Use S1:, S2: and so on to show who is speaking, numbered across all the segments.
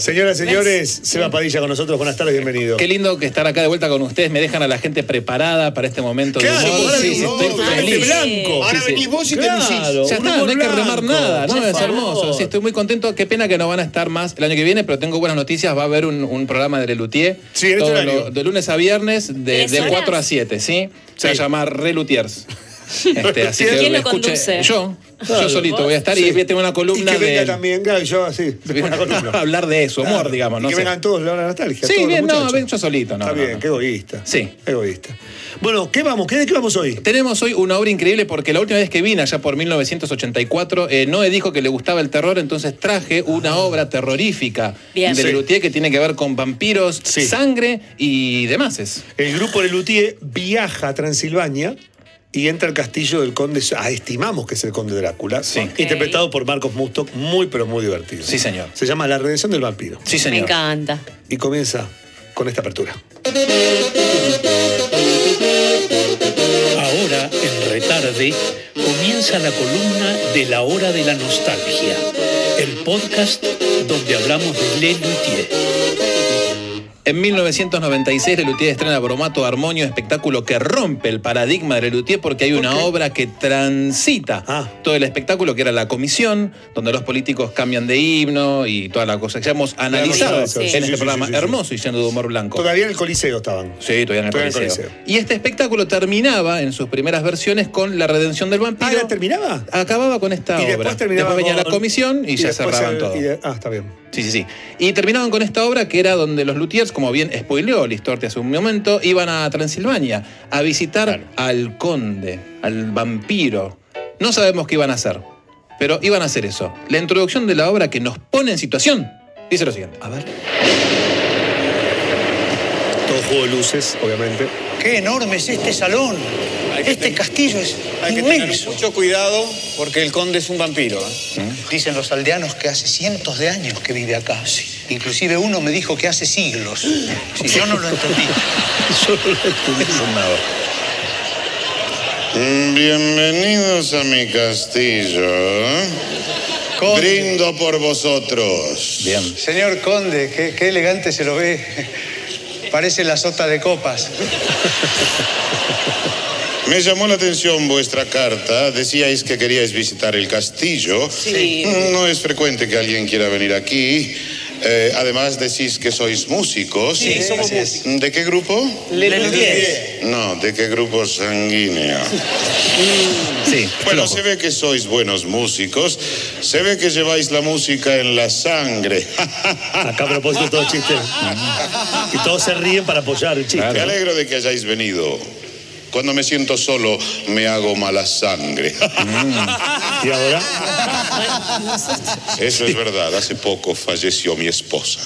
S1: Señoras, señores, Seba Padilla con nosotros. Buenas tardes, bienvenido.
S2: Qué lindo que estar acá de vuelta con ustedes. Me dejan a la gente preparada para este momento
S1: Claro,
S2: de humor.
S1: ahora
S2: Sí,
S1: venís
S2: sí,
S1: vos,
S2: estoy
S1: ahora
S2: feliz.
S1: venís blanco.
S3: Ahora
S2: Sí, sí.
S3: venís vos y
S1: Claro.
S3: te lucís.
S2: Ya está,
S1: Humor
S2: no hay que
S1: blanco,
S2: remar nada,
S1: por
S2: no, es
S1: favor.
S2: hermoso. Sí, estoy muy contento. Qué pena que no van a estar más el año que viene, pero tengo buenas noticias. Va a haber un, un programa de Lelutier.
S1: Sí, en este
S2: Todo
S1: horario.
S2: lo- de lunes a viernes, de,
S4: ¿Tres
S2: de
S4: horas?
S2: 4 a 7, ¿sí? Se va a
S1: Sí.
S2: llamar Relutiers. Este, así que
S4: ¿Quién lo
S2: escuche-
S4: conduce?
S2: Yo, yo
S1: Claro.
S2: solito voy a estar y voy a tener una
S1: Y
S2: columna
S1: que venga
S2: de.
S1: también, claro, yo así. Una columna.
S2: hablar de eso,
S1: Claro,
S2: amor, digamos.
S1: y
S2: No
S1: que
S2: sé.
S1: vengan todos la hora de nostalgia.
S2: Sí,
S1: todos los
S2: bien, no,
S1: muchachos.
S2: ven yo solito. No,
S1: Está
S2: no,
S1: bien,
S2: no.
S1: qué egoísta.
S2: Sí.
S1: Qué egoísta. Bueno, ¿qué vamos? ¿Qué, ¿De qué vamos hoy?
S2: Tenemos hoy una obra increíble porque la última vez que vine, allá por 1984, eh, Noé dijo que le gustaba el terror, entonces traje una obra terrorífica
S4: Bien.
S2: de
S1: Sí.
S2: Luthier que tiene que ver con vampiros,
S1: Sí.
S2: sangre y demás.
S1: El grupo Lelutier viaja a Transilvania y entra al castillo del conde. Ah, estimamos que es el conde Drácula.
S2: Sí.
S4: Ok.
S1: Interpretado por Marcos Mustok, muy pero muy divertido.
S2: Sí, señor.
S1: Se llama La redención del vampiro.
S2: Sí,
S4: Me
S2: señor.
S4: encanta.
S1: Y comienza con esta apertura.
S5: Ahora, en retarde, comienza la columna de la hora de la nostalgia, el podcast donde hablamos de Le Luthier.
S2: En 1996, Lelutier estrena Bromato Armonio, espectáculo que rompe el paradigma de Lelutier porque hay una obra que transita
S1: Ah.
S2: todo el espectáculo, que era la comisión, donde los políticos cambian de himno y toda la cosa que ya hemos analizado
S1: eso,
S2: en
S1: sí,
S2: este
S1: sí, sí,
S2: programa.
S1: sí, sí.
S2: Hermoso y lleno de humor blanco.
S1: Todavía en el Coliseo estaban.
S2: Sí, todavía en el,
S1: Todavía en el
S2: Coliseo.
S1: Coliseo.
S2: Y este espectáculo terminaba en sus primeras versiones con la redención del vampiro.
S1: Ah, ¿ya terminaba?
S2: Acababa con esta
S1: y
S2: obra.
S1: después terminaba.
S2: Después venía
S1: con-
S2: la comisión y, ya
S1: después
S2: cerraban
S1: el-
S2: todo.
S1: y de- ah, está bien.
S2: Sí, sí, sí. Y terminaban con esta obra que era donde los Lutiers, como bien spoileó Listorte hace un momento, iban a Transilvania a visitar al conde, al vampiro. No sabemos qué iban a hacer, pero iban a hacer eso. La introducción de la obra que nos pone en situación dice lo siguiente. A ver.
S1: Todo juego de luces, obviamente.
S3: Qué enorme es este salón.
S6: Hay que
S3: Este
S6: ten-
S3: castillo es
S6: Hay que tener
S3: inmenso.
S6: mucho cuidado porque el conde es un vampiro. ¿eh?
S3: Dicen los aldeanos que hace cientos de años que vive acá. Inclusive uno me dijo que hace siglos. Sí, yo no lo entendí.
S7: Mm, Bienvenidos a mi castillo. Brindo por vosotros.
S2: Bien.
S3: Señor Conde, qué, qué elegante se lo ve. Parece la sota de copas.
S7: Me llamó la atención vuestra carta. Decíais que queríais visitar el castillo. Mm,
S4: Sí.
S7: No es frecuente que alguien quiera venir aquí. Eh, además decís que sois músicos.
S3: Sí, somos Así es.
S7: ¿De qué grupo?
S3: Lelutier.
S7: No, ¿de qué grupo sanguíneo?
S2: Sí.
S7: Bueno,
S2: flojo.
S7: se ve que sois buenos músicos. Se ve que lleváis la música en la sangre.
S1: Acá a propósito todo chiste. Y todos se ríen para apoyar el chiste.
S7: Me alegro de que hayáis venido. Cuando me siento solo, me hago mala sangre.
S1: Y ahora,
S7: Eso es verdad. Hace poco falleció mi esposa.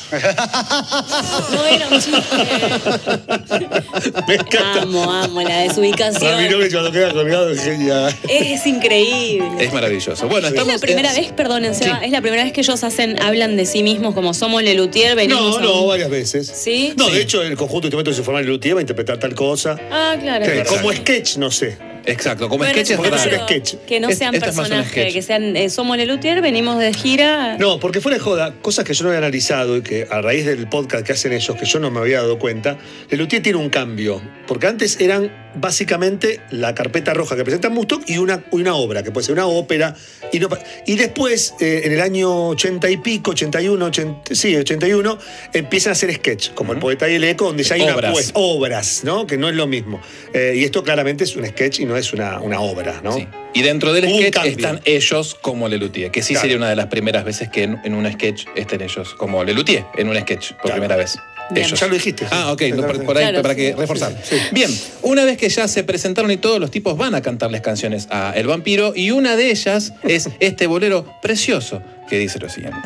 S4: No era un chiste.
S1: me encanta.
S4: Amo, amo la desubicación.
S1: Ramiro que cuando queda colgado es genial.
S4: Es
S1: Eh,
S4: increíble.
S2: Es maravilloso. Bueno,
S4: Es
S2: estamos.
S4: la primera vez, perdonen, Seba, es la primera vez que ellos hacen, hablan de sí mismos como somos Lelutier, venimos.
S1: No,
S4: a
S1: no,
S4: un-
S1: varias veces.
S4: ¿Sí?
S1: No, de hecho, el conjunto de instrumentos se forman en Luthier va a interpretar tal cosa.
S4: Ah, claro.
S1: Que
S4: es verdad.
S1: como sketch, no sé.
S2: Exacto, como
S4: Bueno,
S2: sketch es
S4: yo
S1: porque no
S2: raro.
S1: es
S4: prefiero
S1: un sketch.
S4: Que no
S2: Es-
S4: sean
S2: esto es más un
S4: personajes,
S2: sketch.
S4: que sean eh, somos Lelutier, venimos de gira.
S1: No, porque fuera de joda, cosas que yo no había analizado y que a raíz del podcast que hacen ellos, que yo no me había dado cuenta, el Luthier tiene un cambio. Porque antes eran básicamente la carpeta roja que presenta Mustok y una, y una obra, que puede ser una ópera. Y, no pa- y después, eh, en el año 80 y pico, 81, 80, sí, 81, empiezan a hacer sketch, como el poeta y el eco, donde ya hay una
S2: Obras.
S1: pues, obras, ¿no? Que no es lo mismo. Eh, y esto claramente es un sketch y no es una, una obra, ¿no?
S2: Sí. Y dentro del
S1: Un
S2: sketch
S1: cambio.
S2: están ellos como Lelutier, que sí
S1: Claro.
S2: sería una de las primeras veces que en, en un sketch estén ellos como Lelutier, en un sketch por
S1: Claro.
S2: primera vez.
S4: Bien.
S2: Ellos.
S1: Ya lo dijiste.
S2: Ah, ok, no, por, por ahí
S4: Claro,
S2: para
S4: sí.
S2: que reforzar. Bien, una vez que ya se presentaron y todos los tipos van a cantarles canciones a El Vampiro, y una de ellas es este bolero precioso que dice lo siguiente.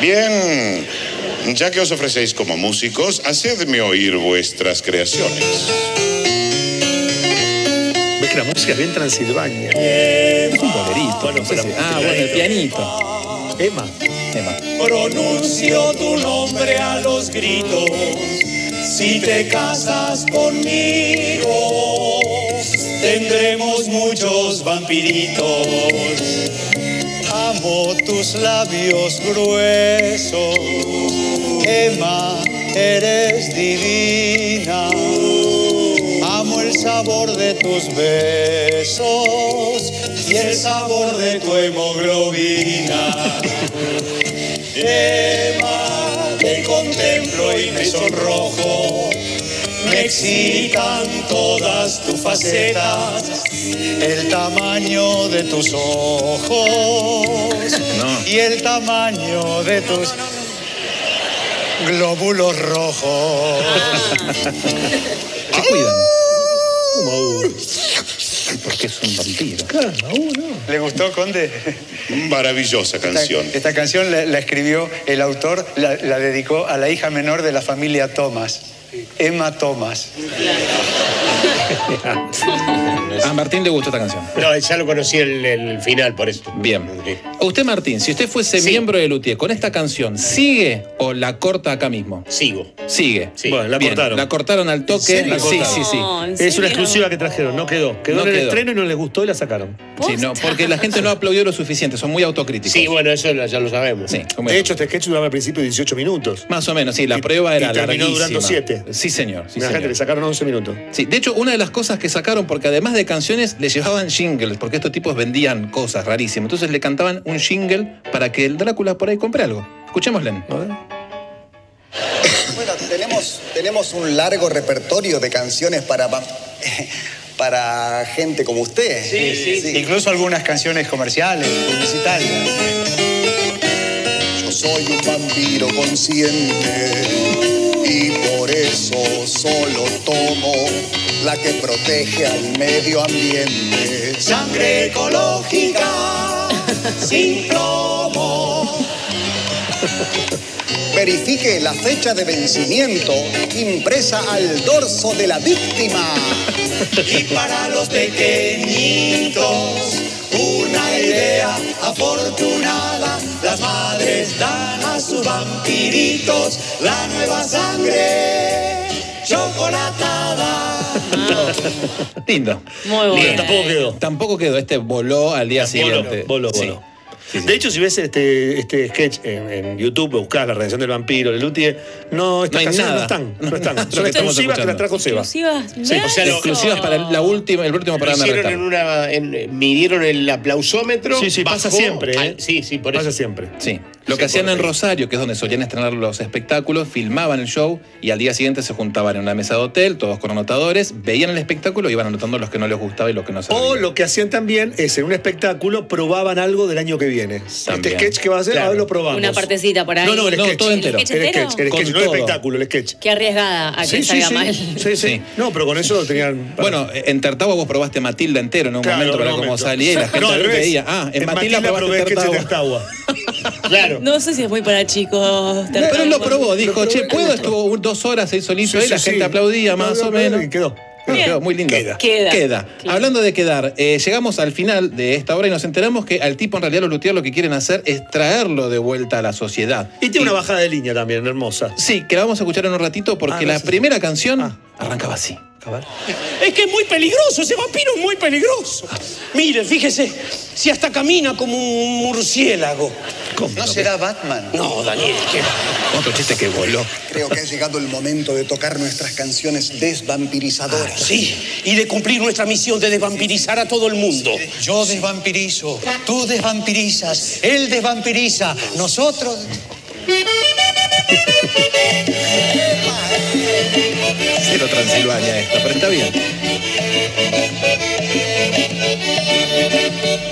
S7: Bien, ya que os ofrecéis como músicos, hacedme oír vuestras creaciones.
S1: Ves que la música es bien Transilvania.
S2: Un bolerito,
S1: bueno,
S2: no sé
S1: pero-
S2: si- Ah, bueno, el pianito.
S1: Emma.
S2: Emma.
S8: Pronuncio tu nombre a los gritos si te casas conmigo. Tendremos muchos vampiritos.
S3: Amo tus labios gruesos.
S8: eres divina. Amo el sabor de tus besos y el sabor de tu hemoglobina. Eva, te contemplo y me sonrojo. Me excitan todas tus facetas, el tamaño de tus ojos
S2: No.
S8: y el tamaño de tus glóbulos rojos.
S2: Se cuidan. Porque es un vampiro.
S3: ¿Le gustó, Conde?
S7: Maravillosa canción.
S3: Esta, esta canción la, la escribió el autor, la, la dedicó a la hija menor de la familia Thomas, Emma Thomas.
S2: A Ah, Martín le gustó esta canción.
S9: No, ya lo conocí el, el final, por eso.
S2: Bien.
S9: Sí.
S2: Usted, Martín, si usted fuese
S9: Sí.
S2: miembro de Lutier, ¿con esta canción sigue o la corta acá mismo?
S9: Sigo.
S2: Sigue.
S9: Sí.
S1: Bueno, la
S2: Bien,
S1: cortaron.
S2: La cortaron al toque. Ah,
S1: serio?
S2: la cortaron.
S1: Sí, sí,
S4: No, ¿en
S1: Es una
S4: serio?
S1: exclusiva que trajeron, no quedó. Quedó
S2: No
S1: en el
S2: quedó.
S1: estreno y no les gustó y la sacaron.
S2: Sí, no, porque la gente no aplaudió lo suficiente, son muy autocríticos.
S9: Sí, bueno, eso lo- ya lo sabemos.
S2: Sí, como-
S1: De hecho, este sketch duraba al principio 18 minutos.
S2: más o menos, sí, la
S1: Y-
S2: prueba
S1: y
S2: era
S1: terminó
S2: larguísima.
S1: durando siete.
S2: Sí, señor. sí,
S1: la gente
S2: señor.
S1: le sacaron 11 minutos.
S2: Sí, de hecho, una de las cosas que sacaron, porque además de canciones, le llevaban jingles, porque estos tipos vendían cosas rarísimas. Entonces le cantaban un jingle para que el Drácula por ahí compre algo. Escuchémosle.
S10: Bueno, tenemos, tenemos un largo repertorio de canciones para, va- para gente como usted. Sí, sí,
S3: Incluso algunas canciones comerciales, publicitarias.
S10: Yo soy un vampiro consciente y por eso solo tomo la que protege al medio ambiente.
S8: Sangre ecológica, sin plomo.
S10: Verifique la fecha de vencimiento impresa al dorso de la víctima.
S8: Y para los pequeñitos, una idea afortunada. Las madres dan a sus vampiritos la nueva sangre chocolatada.
S2: Lindo.
S4: Muy
S1: Pero
S4: bueno.
S1: tampoco quedó.
S2: Tampoco quedó, este voló al día siguiente.
S1: Voló, voló,
S2: Sí.
S1: voló. De hecho, si ves este, este sketch en, en YouTube, buscás la redención del vampiro, Lelutier, no, estas
S2: No hay
S1: canciones
S2: nada.
S1: no están. No
S2: Lo
S1: están.
S2: que
S1: Son
S2: estamos
S1: exclusivas que
S2: escuchando.
S1: las trajo Seba.
S4: Exclusivas.
S9: Sí, o sea,
S4: mirá
S2: Exclusivas
S4: eso.
S2: para el- la última, el
S9: Lo
S2: último programa de
S9: hicieron en
S2: retardo.
S9: una. en- midieron el la plausómetro.
S1: Sí, sí, pasa
S9: bajó
S1: siempre. ¿eh?
S9: al- sí, sí, por
S1: Pasa
S9: eso.
S1: siempre.
S2: Sí. Lo
S9: Sí,
S2: que hacían en
S9: porque-
S2: Rosario, que es donde solían estrenar los espectáculos, filmaban el show y al día siguiente se juntaban en una mesa de hotel, todos con anotadores, veían el espectáculo y iban anotando los que no les gustaba y los que no se
S1: O
S2: reían.
S1: lo que hacían también es en un espectáculo probaban algo del año que viene.
S2: También.
S1: Este sketch que va a hacer,
S9: Claro.
S1: ahora lo probamos.
S4: Una partecita por ahí.
S1: No, no, el
S2: No,
S1: sketch.
S2: todo entero.
S1: El
S4: ¿El sketch
S1: sketch, el
S2: Con
S1: sketch, no el
S2: todo.
S1: espectáculo, el sketch.
S4: Qué arriesgada a que salga
S1: sí,
S4: mal.
S1: sí, sí,
S2: Sí.
S1: No, pero con eso tenían.
S2: Bueno, en Tartagua vos probaste Matilda entero en un
S1: Claro,
S2: momento para
S1: un
S2: cómo
S1: momento.
S2: salía y la gente
S1: No, al revés.
S2: veía. Ah, en, Matilda,
S1: probé
S2: probaste
S1: el sketch de
S2: Tartagua.
S1: Tartagua.
S9: Claro.
S4: No sé si es muy para chicos. Te
S2: Pero él lo
S4: recomiendo.
S2: probó, dijo, che, puedo, estuvo un- dos horas ahí solito
S1: Sí,
S2: ahí,
S1: sí,
S2: la
S1: sí.
S2: gente aplaudía más o menos.
S1: Y quedó.
S2: Bueno, quedó muy lindo.
S1: Queda.
S4: Queda. Claro.
S2: Hablando de quedar, eh, llegamos al final de esta obra y nos enteramos que al tipo en realidad los Lutier lo que quieren hacer es traerlo de vuelta a la sociedad.
S1: Y tiene una bajada de línea también, hermosa.
S2: Sí, que la vamos a escuchar en un ratito
S1: Ah,
S2: porque la
S1: gracias.
S2: primera canción
S1: Ah.
S2: arrancaba así.
S8: Es que es muy peligroso, ese vampiro es muy peligroso. Mire, fíjese, si hasta camina como un murciélago.
S10: ¿No será Batman?
S8: No, Daniel, qué va.
S2: Otro chiste que voló.
S10: Creo que ha llegado el momento de tocar nuestras canciones desvampirizadoras.
S3: Ah,
S8: Sí, y de cumplir nuestra misión de desvampirizar a todo el mundo.
S3: Yo desvampirizo, tú desvampirizas, él desvampiriza, nosotros...
S2: Cero Transilvania esto, pero está bien.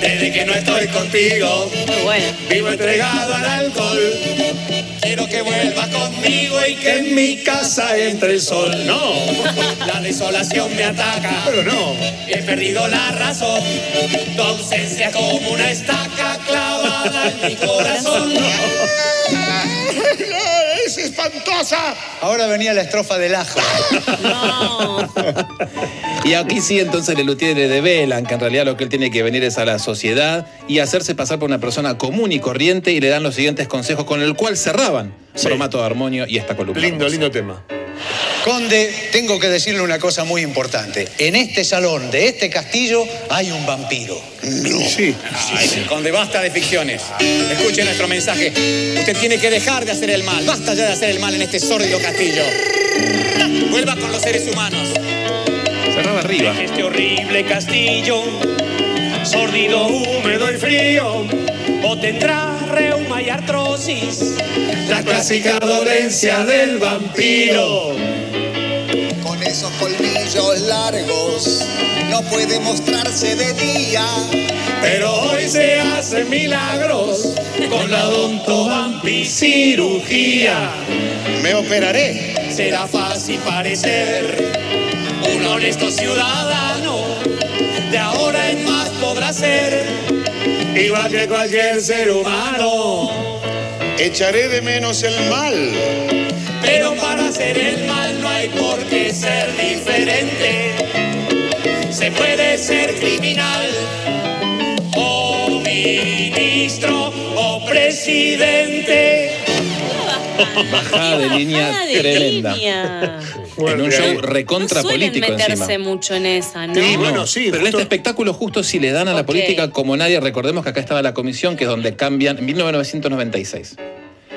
S8: Desde que no estoy contigo,
S4: Muy bueno.
S8: vivo entregado al alcohol. Quiero que vuelvas conmigo y que en mi casa entre el sol. No, la desolación me ataca. Pero no, he perdido la razón. Tu ausencia como una estaca clavada en mi corazón.
S7: ¡Es espantosa!
S3: Ahora venía la estrofa del ajo.
S4: No.
S2: Y aquí sí, entonces Lelutier le develan que en realidad lo que él tiene que venir es a la sociedad y hacerse pasar por una persona común y corriente y le dan los siguientes consejos con el cual cerraban Formato de Armonio y esta columna.
S1: Lindo,
S2: hermosa.
S1: lindo tema.
S3: Conde, tengo que decirle una cosa muy importante. En este salón de este castillo hay un vampiro.
S1: Sí.
S6: Ay, Conde, basta de ficciones. Escuche nuestro mensaje. Usted tiene que dejar de hacer el mal. Basta ya de hacer el mal en este sórdido castillo. Vuelva con los seres humanos.
S2: Cerraba arriba.
S8: Este horrible castillo, sordido, húmedo y frío, o tendrá reuma y artrosis, la clásica dolencia del vampiro.
S10: Con esos colmillos largos no puede mostrarse de día.
S8: Pero hoy se hacen milagros con la odontovampicirugía.
S7: Me operaré.
S8: Será fácil parecer un honesto ciudadano. De ahora en más podrá ser igual que cualquier ser humano.
S7: Echaré de menos el mal.
S8: Pero para hacer el mal no hay por qué ser diferente. Se puede ser criminal o ministro o presidente.
S2: Bajada de línea
S4: Bajada de
S2: tremenda.
S4: línea.
S2: en un show recontra
S4: No suelen
S2: político
S4: meterse
S2: encima.
S4: mucho en esa, ¿no?
S2: No, Pero en este espectáculo justo si le dan a la
S4: Ok.
S2: política como nadie, recordemos que acá estaba la comisión, que es donde cambian, en 1996.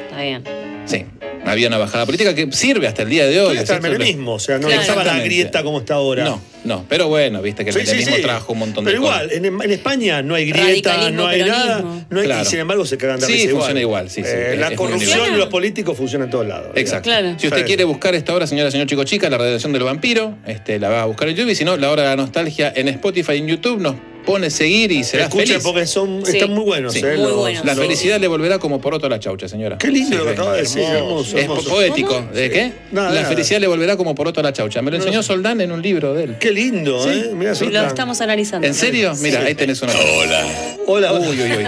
S4: Está bien.
S2: Sí, había una bajada política que sirve hasta el día de hoy.
S1: Hasta el
S2: ¿cierto?
S1: menemismo, o sea, no
S2: Claro.
S1: estaba la
S2: Exactamente.
S1: grieta como está ahora.
S2: No, no, pero bueno, viste que el
S1: Sí, sí,
S2: menemismo
S1: sí.
S2: trajo un montón
S1: Pero
S2: de
S1: igual,
S2: cosas.
S1: en, en España no hay grieta,
S4: Radicalismo,
S1: no hay nada.
S4: peronismo.
S1: no hay-
S2: Claro.
S1: Y sin embargo se cagan de
S2: Sí,
S1: risa igual.
S2: funciona igual, sí, sí,
S1: Eh,
S2: es
S1: la
S2: muy
S1: corrupción
S2: universal.
S1: y los políticos funcionan en todos lados.
S2: Exacto.
S4: Claro.
S2: Si usted
S1: Sí.
S2: quiere buscar esta obra, señora, señor Chico Chica, la redacción del vampiro, este, la va a buscar en YouTube. Y si no, la hora de la nostalgia en Spotify, en YouTube, nos pone seguir y será
S1: Escuchen
S2: feliz.
S1: porque son,
S4: Sí.
S1: están muy buenos.
S2: Sí.
S1: eh,
S4: Muy
S1: los-
S4: buenos.
S2: La
S1: los-
S2: felicidad le volverá como poroto a la chaucha, señora.
S1: Qué lindo
S2: Sí,
S1: lo que
S2: sí.
S1: acaba de decir, hermoso.
S2: Es po-
S1: hermoso.
S2: poético. ¿De qué?
S1: Nada,
S2: la
S1: nada.
S2: felicidad le volverá como poroto a la chaucha. Me lo enseñó Soldán en un libro de él.
S1: Qué lindo, ¿eh? Mirá, son
S4: Lo
S1: tan-
S4: estamos analizando.
S2: ¿En serio? Mira, ahí tenés una.
S1: Hola, hola.
S2: Uy, uy, uy.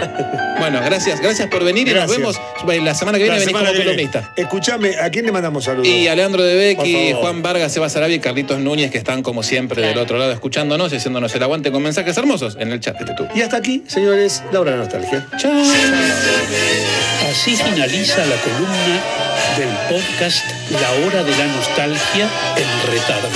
S2: Bueno, gracias, gracias por venir
S1: Gracias.
S2: y nos vemos la semana que viene.
S1: La
S2: venís
S1: semana
S2: como
S1: que viene.
S2: columnista.
S1: Escuchame, ¿a quién le mandamos saludos?
S2: Y a Leandro de
S1: Por
S2: Becky,
S1: favor.
S2: Juan Vargas, Seba Sarabia y Carlitos Núñez, que están como siempre del
S4: Claro.
S2: otro lado escuchándonos y haciéndonos el aguante con mensajes hermosos en el chat de YouTube.
S1: Y hasta aquí, señores, la hora de la nostalgia.
S5: Así finaliza la columna del podcast La Hora de la Nostalgia en Retarde.